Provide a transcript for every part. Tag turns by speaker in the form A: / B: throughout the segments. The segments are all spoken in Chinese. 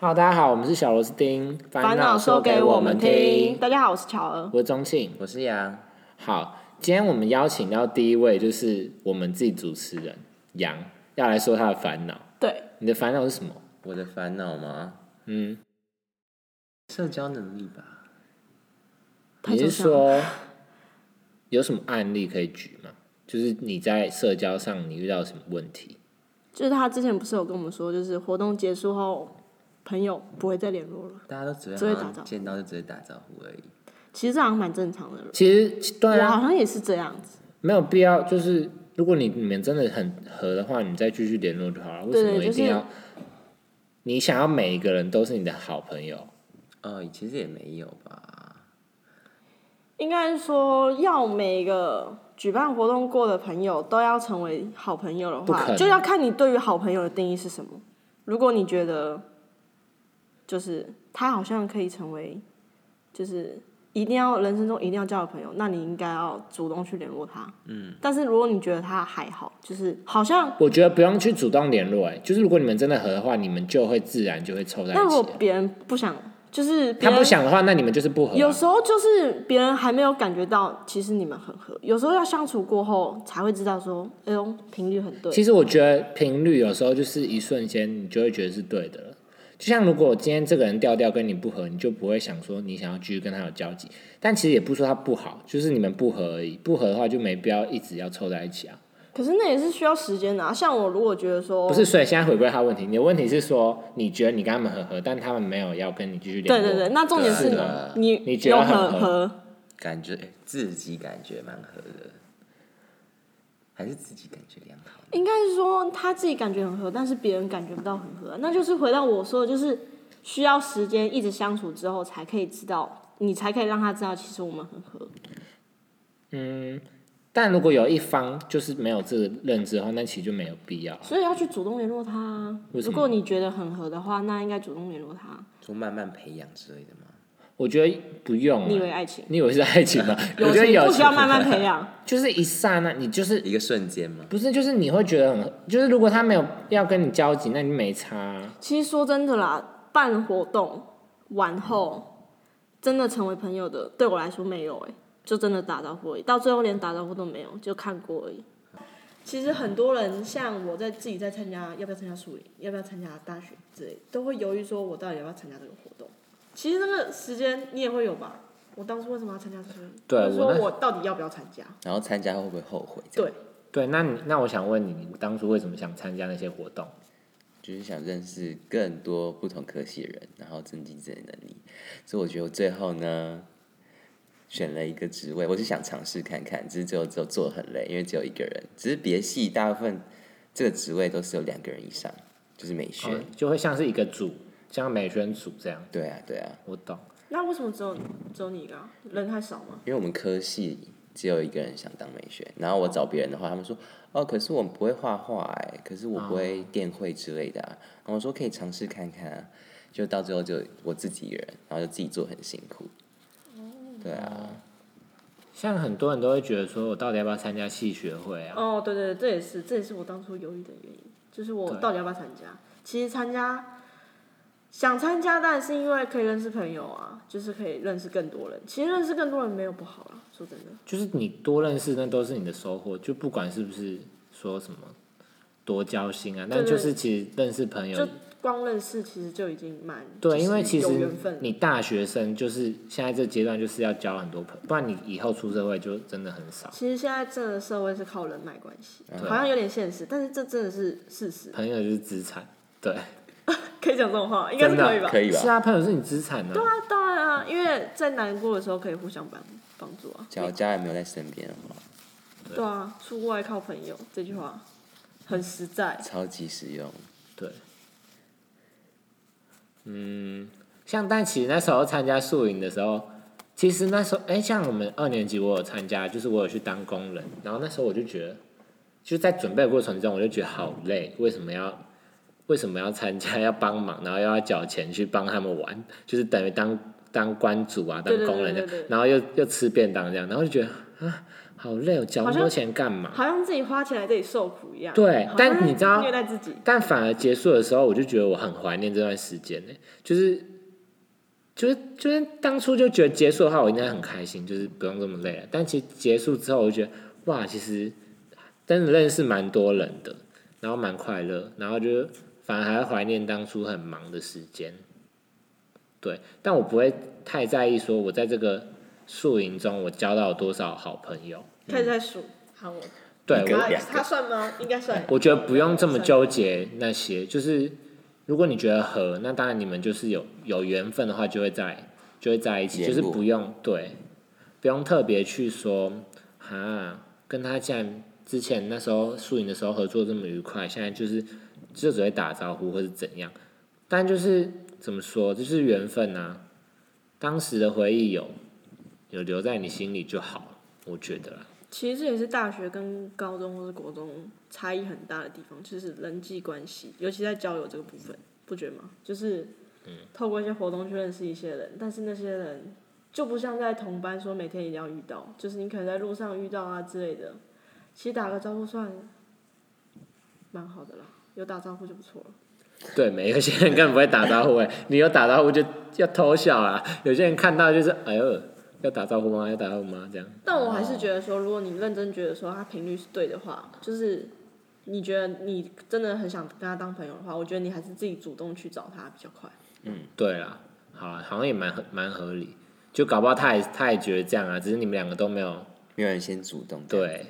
A: Hello，大家好，我们是小螺丝钉，
B: 烦恼说给我们听。。大家好，我是巧儿。
A: 我是钟庆，
C: 我是杨，
A: 好，今天我们邀请到第一位就是我们自己主持人杨，要来说他的烦恼。
B: 对，
A: 你的烦恼是什么？
C: 我的烦恼吗？
A: 嗯，
C: 社交能力吧，
B: 太
A: 你是
B: 抽象了
A: 说有什么案例可以举吗？就是你在社交上你遇到什么问题？
B: 就是他之前不是有跟我们说，就是活动结束后，朋友不会再联络了。
C: 大家都只
B: 只会
C: 会
B: 打
C: 好
B: 招
C: 像
B: 呼
C: 见到就直接打招呼而已。
B: 其实这好像蛮正常的。
A: 其实对
B: 我
A: 啊，
B: 好像也是这样子。
A: 没有必要。就是如果你你们真的很合的话，你再继续联络就好了。为
B: 对
A: 什
B: 对
A: 么一
B: 就是
A: 定要？你想要每一个人都是你的好朋友？
C: 呃，其实也没有吧，
B: 应该说，要每个举办活动过的朋友都要成为好朋友的
A: 不可
B: 话，
A: 能
B: 就要看你对于好朋友的定义是什么。如果你觉得，就是他好像可以成为，就是一定要人生中一定要交的朋友，那你应该要主动去联络他。嗯。但是如果你觉得他还好，就是好像，
A: 我觉得不用去主动联络、哎，就是如果你们真的合的话，你们就会自然就会凑在
B: 那
A: 一
B: 如果
A: 起。
B: 别人不想，就是别
A: 他
B: 人
A: 不想的话，那你们就是不合、
B: 有
A: 啊。
B: 时候就是别人还没有感觉到，其实你们很合。有时候要相处过后才会知道说，哎呦，频率很对。
A: 其实我觉得频率有时候就是一瞬间，你就会觉得是对的了。就像如果今天这个人调调跟你不合，你就不会想说你想要继续跟他有交集。但其实也不是说他不好，就是你们不合而已。不合的话就没必要一直要凑在一起啊。
B: 可是那也是需要时间的、啊。像我如果觉得说，
A: 不是，所以现在回归他的问题，你的问题是说你觉得你跟他们很合，但他们没有要跟你继续联
B: 对
A: 络。
B: 对对，那重点是
C: 对啊
B: 你
A: 你觉得
B: 有
A: 很
B: 很
A: 合
B: 合，
C: 感觉诶自己感觉蛮合的，还是自己感觉良好。
B: 应该是说他自己感觉很合，但是别人感觉不到很合，啊那就是回到我说的，就是需要时间一直相处之后才可以知道，你才可以让他知道其实我们很合。
A: 但如果有一方就是没有这个认知的话，那其实就没有必要啊。
B: 所以要去主动联络他啊。
A: 为什
B: 如
A: 么
B: 果你觉得很合的话，那应该主动联络他。
C: 说慢慢培养之类的吗？
A: 我觉得不用、
B: 你以为
A: 啊。
B: 爱情？
A: 你以为是爱情 吗？我
B: 友
A: 觉得
B: 情
A: 友
B: 不需
A: 情
B: 要慢慢培养，
A: 就是一刹那，你就是
C: 一个瞬间吗？
A: 不是就是你会觉得很，就是如果他没有要跟你交集，那你没差啊、
B: 其实说真的啦，办活动完后，真的成为朋友的，对我来说没有哎、就真的打招呼而已，到最后连打招呼都没有，就看过而已。其实很多人像我在自己在参加，要不要参加树林，要不要参加大学之类，都会犹豫说我到底要不要参加这个活动。其实那个时间你也会有吧？我当初为什么要参加树林？
A: 对
B: 或者
A: 我
B: 说
A: 那
B: 我到底要不要参加？
C: 然后参加会不会后悔？
B: 对，
A: 对，那你那我想问你，你当初为什么想参加那些活动？
C: 就是想认识更多不同科系的人，然后增进自己的能力。所以我觉得我最后呢，选了一个职位，我是想尝试看看，只是最后只有做得很累，因为只有一个人。只是别系大部分这个职位都是有两个人以上，就是美学。
A: 哦就会像是一个组，像美宣组这样。
C: 对啊，对啊，
A: 我懂，
B: 那为什么只有只有你一个、啊？人太少吗？
C: 因为我们科系只有一个人想当美学，然后我找别人的话，他们说哦，可是我不会画画哎、可是我不会电绘之类的、啊。然后我说可以尝试看看啊，就到最后就我自己一个人，然后就自己做很辛苦。对啊。
A: 像很多人都会觉得说，我到底要不要参加系学会啊？
B: 哦，对对对，这也是这也是我当初犹豫的原因，就是我
A: 对
B: 到底要不要参加？其实参加想参加，但是因为可以认识朋友啊，就是可以认识更多人。其实认识更多人没有不好啦，说真的，
A: 就是你多认识，那都是你的收获。就不管是不是说什么多交心啊，但
B: 对
A: 就是其实认识朋友
B: 就，光认识其实就已经蛮
A: 对，
B: 就是
A: 因为其实
B: 有缘分了。
A: 你大学生就是现在这阶段就是要交很多朋友，不然你以后出社会就真的很少。
B: 其实现在真的社会是靠人脉关系，
A: 嗯
B: 好像有点现实，但是这真的是事实，
A: 朋友就是资产，对，
B: 可以讲这种话，应该是
A: 真的
B: 可以吧？
C: 可以吧
A: 是啊，朋友是你资产呢、啊。
B: 那当然啊，因为在难过的时候可以互相帮帮助啊。
C: 假如家人没有在身边的话，
B: 对啊，出外靠朋友这句话很实在。
C: 超级实用。
A: 对，嗯，像但其实那时候参加宿营的时候，其实那时候哎、像我们二年级我有参加，就是我有去当工人，然后那时候我就觉得，就在准备的过程中我就觉得好累，为什么要？为什么要参加？要帮忙，然后又要缴钱去帮他们玩，就是等于当当关主啊，当
B: 对对
A: 工人这
B: 对
A: 样，
B: 对对
A: 然后又又吃便当这样，然后就觉得好累哦，缴那么多钱干嘛？
B: 好像自己花钱来这里受苦一样。
A: 对
B: 好像
A: 但你知道嗯
B: 虐待自己，
A: 但反而结束的时候，我就觉得我很怀念这段时间呢、就是就是就是当初就觉得结束的话，我应该很开心，就是不用这么累了。但其实结束之后，我就觉得哇，其实真的认识蛮多人的，然后蛮快乐，然后就反而还会怀念当初很忙的时间。对，但我不会太在意说我在这个宿营中我交到了多少好朋友。
B: 开始在数。好，我
A: 对，
C: 一
A: 我
C: 个
B: 他
C: 两个
B: 他算吗？应该算。
A: 我觉得不用这么纠结那些，就是如果你觉得合，那当然你们就是有有缘分的话，就会在就会在一起，
C: 联
A: 就
C: 络
A: 是不用对，不用特别去说哈，跟他既然之前那时候宿营的时候合作这么愉快，现在就是就只会打招呼或是怎样，但就是怎么说，这就是缘分啊，当时的回忆有有留在你心里就好了，我觉得啦。
B: 其实这也是大学跟高中或是国中差异很大的地方，就是人际关系，尤其在交友这个部分，不觉得吗？就是
A: 嗯
B: 透过一些活动去认识一些人，但是那些人就不像在同班说每天一定要遇到，就是你可能在路上遇到啊之类的，其实打个招呼算蛮好的啦，有打招呼就不错了。
A: 对，没有些人根本不会打招呼哎，你有打招呼就要偷笑啦。有些人看到就是哎呦，要打招呼吗？要打招呼吗？这样
B: 但我还
A: 哦
B: 是觉得说，如果你认真觉得说他频率是对的话，就是你觉得你真的很想跟他当朋友的话，我觉得你还是自己主动去找他比较快。
A: 对啦，好啦，好像也蛮合蛮合理，就搞不好他也他也觉得这样啊，只是你们两个都没有
C: 没有人先主动的，
A: 对，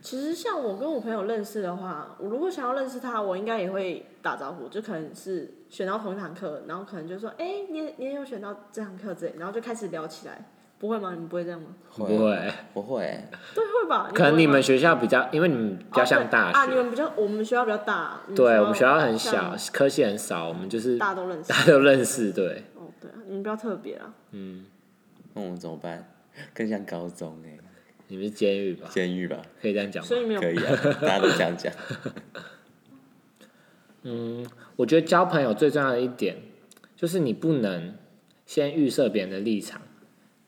B: 其实像我跟我朋友认识的话，我如果想要认识他，我应该也会打招呼，就可能是选到同一堂课，然后可能就说，哎、你也你也有选到这堂课之类，然后就开始聊起来，不会吗？你们不会这样吗？
A: 不
C: 会啊
A: 会，
C: 不会，
B: 对，会吧？
A: 可能你们
B: 比
A: 学校比较，因为你们比较像大
B: 啊，你
A: 学，
B: 们比较，我们学校比较大，你
A: 对我们学校很
B: 像
A: 小，科系很少，我们就是
B: 大家都认识
A: 大。家都认识，对，
B: 哦，对啊，你们比较特别啊。
A: 嗯，
C: 那我们怎么办？ 更像高中 哎、
A: 你们是监狱吧？
C: 监狱吧，
A: 可以这样讲吗
B: 所？以没有
C: 可以啊，大家都这样 讲，
A: 我觉得交朋友最重要的一点，就是你不能先预设别人的立场。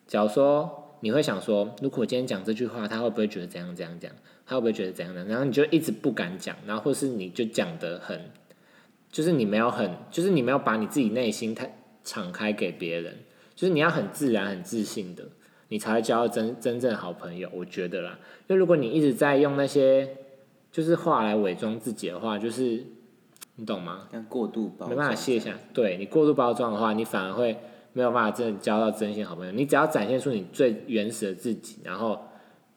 A: 假如说你会想说，如果我今天讲这句话，他会不会觉得怎样怎样怎样？他会不会觉得怎样呢？然后你就一直不敢讲，然后或是你就讲的很，就是你没有很，就是你没有把你自己内心太敞开给别人，就是你要很自然、很自信的，你才会交到真真正好朋友。我觉得啦，因为如果你一直在用那些就是话来伪装自己的话，就是你懂吗？
C: 但过度包
A: 没办法
C: 装
A: 卸下。对你过度包装的话，你反而会没有办法真的交到真心好朋友。你只要展现出你最原始的自己，然后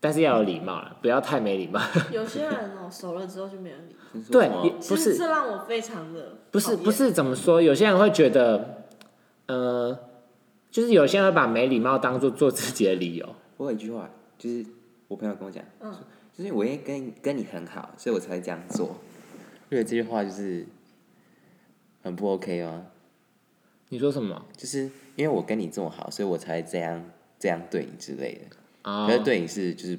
A: 但是要有礼貌了，不要太没礼貌。
C: 嗯
B: 有些人哦，熟了之后就没人理。
C: 就是说
A: 对
C: 什么，
A: 也
B: 其
A: 不
B: 实
A: 是
B: 这让我非常的
A: 不是
B: 讨厌
A: 不是怎么说？有些人会觉得，呃，就是有些人会把没礼貌当做做自己的理由。
C: 我有一句话，就是我朋友跟我讲，
A: 嗯
C: 就是我因为跟跟你很好，所以我才会这样做。因为这句话就是很不 OK 吗？
A: 你说什么
C: 就是因为我跟你这么好，所以我才这样这样对你之类的。
A: 啊
C: 可？是哎对你是就是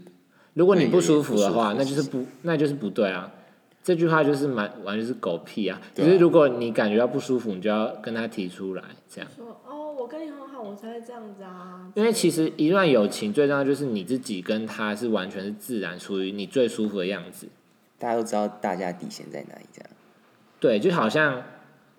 A: 如果你
C: 对
A: 不
C: 有点
A: 舒服
C: 不
A: 的
C: 舒服
A: 话，
C: 的
A: 那就是不，那就是不对啊。这句话就是蛮完全是狗屁啊！只
C: 对啊
A: 是如果你感觉到不舒服，你就要跟他提出来，这样。
B: 说哦，我跟你很好，我才会这样子啊。
A: 因为其实一段友情最重要就是你自己跟他是完全是自然，属于你最舒服的样子。
C: 大家都知道大家底线在哪里这样。
A: 对，就好像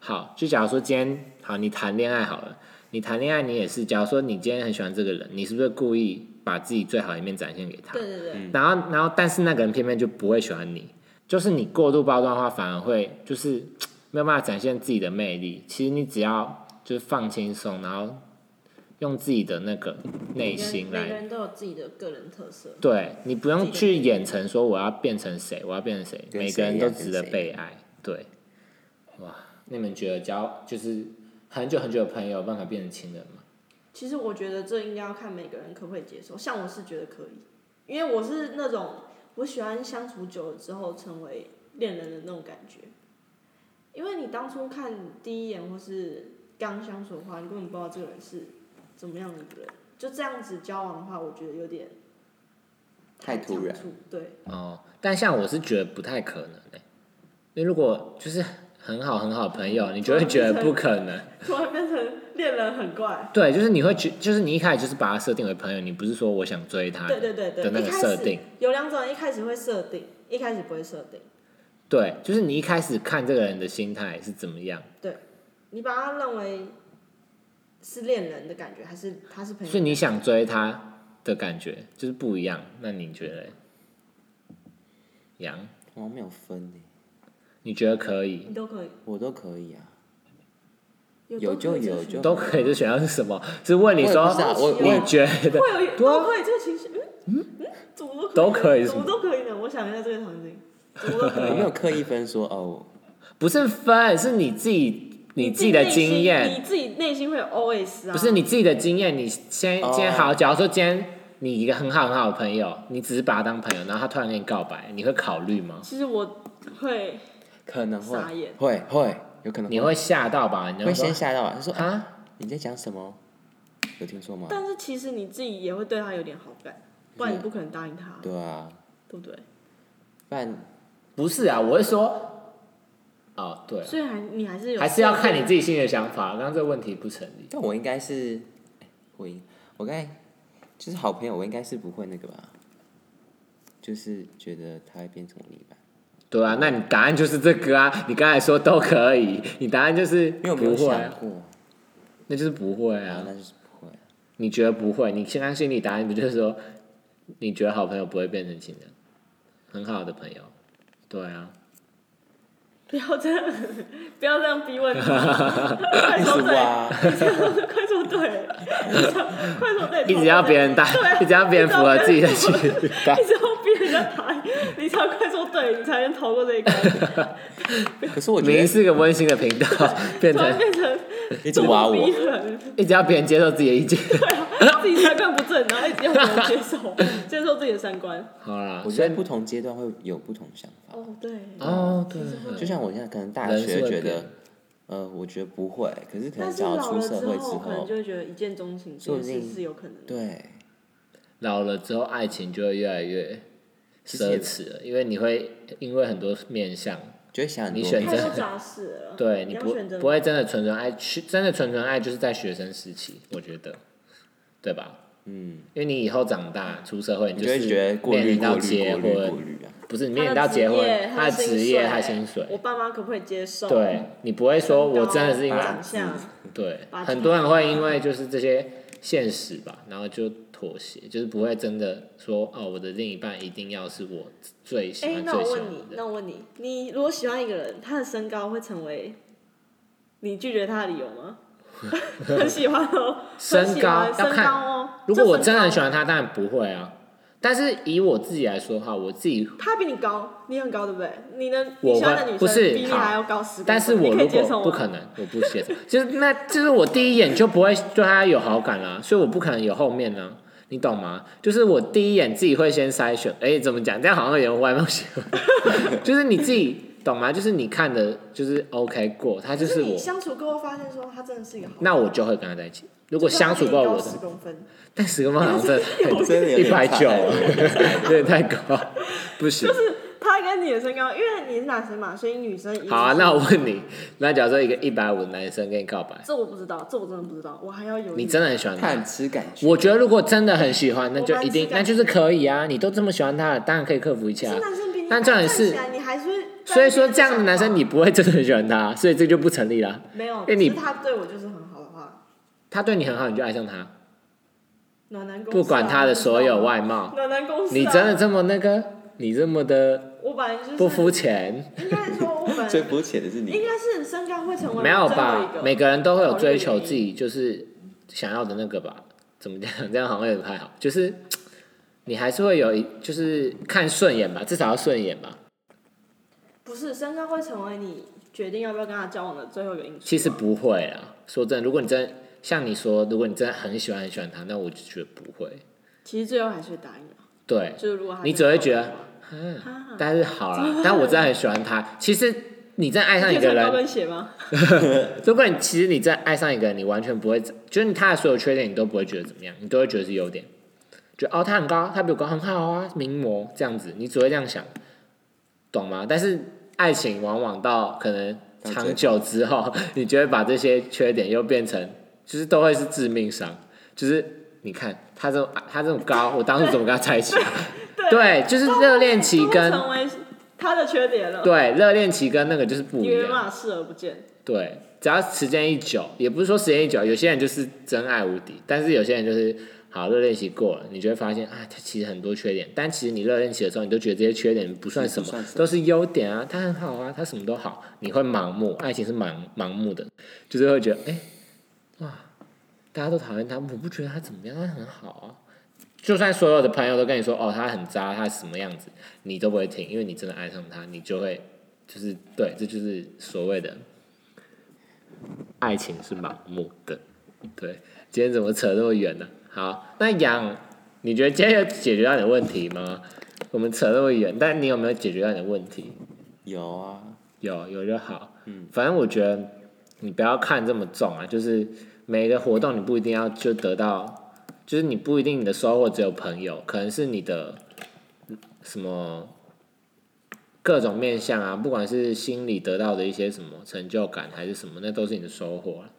A: 好，就假如说今天好，你谈恋爱好了，你谈恋爱你也是，假如说你今天很喜欢这个人，你是不是故意把自己最好的一面展现给他？
B: 对对对，
A: 然后，然后，但是那个人偏偏就不会喜欢你，就是你过度包装的话，反而会就是没有办法展现自己的魅力。其实你只要就是放轻松，然后用自己的那个内心来
B: 每个人都有自己的个人特色。
A: 对你不
B: 自
A: 用
B: 己的
A: 去演成说我要变成谁，我要变成谁，
C: 跟
A: 每个
C: 谁
A: 人
C: 一
A: 都
C: 样
A: 值
C: 跟
A: 得
C: 谁
A: 被爱。对，哇，你们觉得交就是很久很久的朋友，有办法变成情人吗？
B: 其实我觉得这应该要看每个人可不可以接受，像我是觉得可以，因为我是那种我喜欢相处久了之后成为恋人的那种感觉。因为你当初看第一眼或是刚相处的话，你根本不知道这个人是怎么样的一个人，就这样子交往的话，我觉得有点
C: 太突然
B: 仓促。对，
A: 欸哦，但像我是觉得不太可能的、因为如果就是很好很好的朋
B: 哦
A: 友，你就会觉得不可 能。
B: 突然变成恋人很 怪。
A: 对，就是你会觉，就是你一开始就是把他设定为朋友，你不是说我想追他
B: 对对对对，
A: 的那
B: 一
A: 个
B: 开
A: 设
B: 始
A: 定。
B: 有两种人，一开始会设定，一开始不会设定。
A: 对，就是你一开始看这个人的心态是怎么样，
B: 你把他认为是恋人的感觉，还是他是朋友？
A: 所以你想追他的感觉就是不一样。那你觉得嘞？杨，
C: 我好像没有分呢，
A: 你觉得可以？
B: 你都可以，
C: 我都可以啊。
B: 有
C: 有
B: 都可以
C: 就
B: 这
C: 有
B: 个
C: 就
B: 情
A: 都可以，这选项是什么？是问你
C: 我
A: 说
C: 也不知道啊我
A: 你觉得
B: 会
A: 对啊
B: 有都可以这个情绪，嗯嗯，怎么都
A: 都可以
B: 怎么都可以呢？我想一下这个场景，怎么都可
C: 我没
B: 以。
C: 有刻意分说哦，
A: 不是分，是你自己你自己的
B: 内心
A: 经验，
B: 你自己内心会有 OS 啊，
A: 不是你自己的经验。你先
C: 哦
A: 今天好，假如说今天你一个很好很好的朋友，你只是把他当朋友，然后他突然跟你告白，你会考虑吗？
B: 其实我会，
C: 可能会
B: 傻眼
C: 会会有可能
A: 你会吓到吧？你
C: 会
A: 会
C: 先
A: 说
C: 吓到啊，他说啊
A: 啊，
C: 你在讲什么？有听说吗？
B: 但是其实你自己也会对他有点好感，不然你不可能答应他，
C: 对啊，
B: 对不对？
C: 不然
A: 不是啊，我会说，哦，对，
B: 所以还你还是有
A: 还是要看你自己心里的想法。刚刚这个问题不成立，
C: 但我应该是，哎我应我刚才就是好朋友，我应该是不会那个吧，就是觉得他会变成我另一半，
A: 对啊，那你答案就是这个啊。你刚才说都可以，你答案就是
C: 因为我没
A: 不
C: 有
A: 会
C: 想
A: 啊，
C: 过，
A: 那就是不会
C: 然
A: 啊
C: 后。那就是不会啊，
A: 你觉得不会？你现在心里答案不就是说，你觉得好朋友不会变成情人，很好的朋友，对啊，
B: 不要这样，不要这样逼问他。 快
C: 你
B: 说
C: 输
B: 对，
C: 啊，
B: 快说对，快说对，
A: 一直要别人答，一直要别人符合自己的期待。
B: 一直要别人家答应，你才快说对，你才能逃过这一 关。
C: 可是我觉
A: 明明
C: 得
A: 是个温馨的频道，变
B: 突然
A: 成
B: 变成
C: 一直
B: 咄
C: 挖
B: 咄逼
C: 我，
B: 人，
A: 一直要别人接受自己的意见。
B: 自己三观不正，然后 一直要别人接受，接受自己的三观。
A: 好啦
C: 我，觉
A: 所以
C: 得不同阶段会有不同想法，
B: 哦，对，
A: 哦，对，
C: 就像我现在可能大
A: 人是
C: 学
A: 会
C: 觉
A: 变
C: 得，呃，我觉得不会，可是可能
B: 但
C: 只
B: 是
C: 要
B: 老
C: 出
B: 了
C: 社会之
B: 后，可能
C: 后
B: 就，会觉得一见钟情这
C: 说
B: 件
C: 不定
B: 事是有可能的。
C: 对，
A: 老了之后，爱情就会越来越
C: 其实
A: 奢
C: 也
A: 侈了，因为你会因为很多面向，
C: 就会想很
A: 你
C: 多，
A: 选择
B: 太多杂事了，
A: 对
B: 你
A: 你
B: 要
A: 不
B: 选择
A: 不会真的纯纯爱，去真的纯纯爱就是在学生时期，我觉得，对吧？
C: 嗯，
A: 因为你以后长大出社会，你
C: 你就
A: 就
C: 会
A: 是
C: 觉得过
A: 面
C: 滤
A: 临
C: 过
A: 到
C: 滤
A: 结
C: 过滤过
A: 婚，
C: 滤啊，
A: 不是你
B: 他
A: 面临
B: 的
A: 到
B: 职
A: 结
B: 业
A: 婚，
B: 他
A: 他的
B: 的
A: 职
B: 薪
A: 业、
B: 水
A: 他的薪水，
B: 我爸妈可不可以接受？
A: 对你不会说我真的是因为
B: 长相，
A: 对，
B: 把
A: 很多人会因为就是这些现实吧，然后就妥协，就是不会真的说哦，我的另一半一定要是我最喜
B: 哎、
A: 欢、
B: 那
A: 最
B: 我
A: 喜
B: 问你
A: 欢，的。
B: 那我问你，你如果喜欢一个人，他的身高会成为你拒绝他的理由 吗？很喜欢哦，
A: 身
B: 很喜
A: 高
B: 欢
A: 要
B: 身
A: 看
B: 高哦。
A: 如果
B: 就
A: 我
B: 身
A: 真的很
B: 高
A: 喜欢他，当然不会啊。但是以我自己来说的话，我自己，
B: 哦他比你高，你很高对不对？你的
A: 我
B: 你喜欢
A: 会
B: 的女
A: 不
B: 生
A: 是
B: 比你
A: 好
B: 还要高十公分，
A: 但是我
B: 你可
A: 如
B: 以接
A: 果
B: 受
A: 不
B: 吗？
A: 可能，我不接受，就是那就是我第一眼就不会对他有好感啦、所以我不可能有后面呢、你懂吗？就是我第一眼自己会先筛选，哎、怎么讲？这样好像有点歪貌协会 就是你自己懂吗？就是你看的，就是 OK 过，他就
B: 就是
A: 是我
B: 你，相处过后发现说他真的是一个好人，
A: 那我就会跟他在一起。如果
B: 就
A: 相
B: 他比
A: 处
B: 你
A: 过
B: 高
A: 我的
B: 十，公分，
A: 但十个梦好像真的太多
C: 真的有
A: 一
C: 点
A: 百九，
C: 怕
A: 有点太高，不行。
B: 他跟你的身高，因为你是男生嘛，所以女生一定
A: 好啊，
B: 是
A: 那我问你，那假如说一个一百五的男生跟你告白，
B: 这我不知道，这我真的不知道，我还要有
A: 你真的很喜欢他
C: 看，吃感觉。
A: 我觉得如果真的很喜欢，那就
B: 我蛮
A: 一定
B: 吃，感
A: 那就是可以啊，你都这么喜欢他了，当然可以克服一切、啊
B: 是。男生比你
A: 但重点
B: 矮站
A: 是
B: 起来你还是会在
A: 所以
B: 那
A: 说
B: 边
A: 这样的
B: 想
A: 男生
B: 法
A: 你不会真的很喜欢他，所以这就不成立啦。
B: 没有，
A: 为你
B: 只是他对我就是很好的话，
A: 他对你很好，你就爱上他，
B: 暖男公司啊、
A: 不管他的所有
B: 外，
A: 外貌，
B: 暖男公司、啊，
A: 你真的，这么那个，你这么的
B: 我本来就是
A: 不肤浅。
B: 应该说我本来
C: 最肤浅的是你
B: 应，该是身高会成为
A: 没有
B: 我最后一
A: 吧？
B: 个
A: 每个人都会有追求自己就是想要的那个吧？怎么讲？这样好像有点不太好。就是你还是会有一，就是看顺眼吧，至少要顺眼吧。
B: 不是身高会成为你决定要不要跟他交往的最后一个因素吗。
A: 其实不会啊，说真的，如果你真像你说，如果你真的很喜欢很喜欢他，那我就觉得不会。
B: 其实最后还是会答应的，
A: 对，
B: 就是如果他
A: 你只会觉得
B: 真的啊
A: 嗯，
B: 好的话，
A: 但是好啦，但我真的很喜欢他。其实你真的爱
B: 啊
A: 上一
B: 你可
A: 个
B: 以穿
A: 人
B: 高，跟鞋吗？
A: 如果你其实你真的爱上一个人，你完全不会，就是他的所有缺点你都不会觉得怎么样，你都会觉得是优点，就哦他很高，他比我高，很好啊，名模这样子，你只会这样想，懂吗？但是爱情往往到可能
C: 到最
A: 长久之后，你就会把这些缺点又变成，就是都会是致命伤。就是你看他这种他这种高，我当初怎么跟他在一起啊？对，就是热恋期跟
B: 都成为他的缺点了，
A: 对热恋期跟那个就是不
B: 你
A: 一
B: 没
A: 样
B: 办。法视而不见。
A: 对，只要时间一久，也不是说时间一久，有些人就是真爱无敌，但是有些人就是好热恋期过了，你就会发现啊，他其实很多缺点，但其实你热恋期的时候，你都觉得这些缺点不算什么，
C: 不算什么
A: 都是优点啊，他很好啊，他什么都好，你会盲目，爱情是盲盲目的，就是会觉得哎、哇，大家都讨厌他，我不觉得他怎么样，他很好啊。就算所有的朋友都跟你说哦，他很渣，他什么样子，你都不会听，因为你真的爱上他，你就会就是对，这就是所谓的爱情是盲目的。对，今天怎么扯那么远呢、好，那杨，你觉得今天有解决到你的问题吗？我们扯那么远，但你有没有解决到你的问题？
C: 有啊，
A: 有有就好。嗯，反正我觉得你不要看这么重啊，就是每个活动你不一定要就得到，就是你不一定你的收获只有朋友，可能是你的嗯什么各种面向啊，不管是心里得到的一些什么成就感还是什么，那都是你的收获、啊。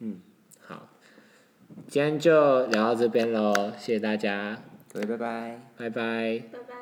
C: 嗯，
A: 好，今天就聊到这边喽，谢谢大家，
C: 各位拜拜。
A: 拜拜。
B: 拜拜。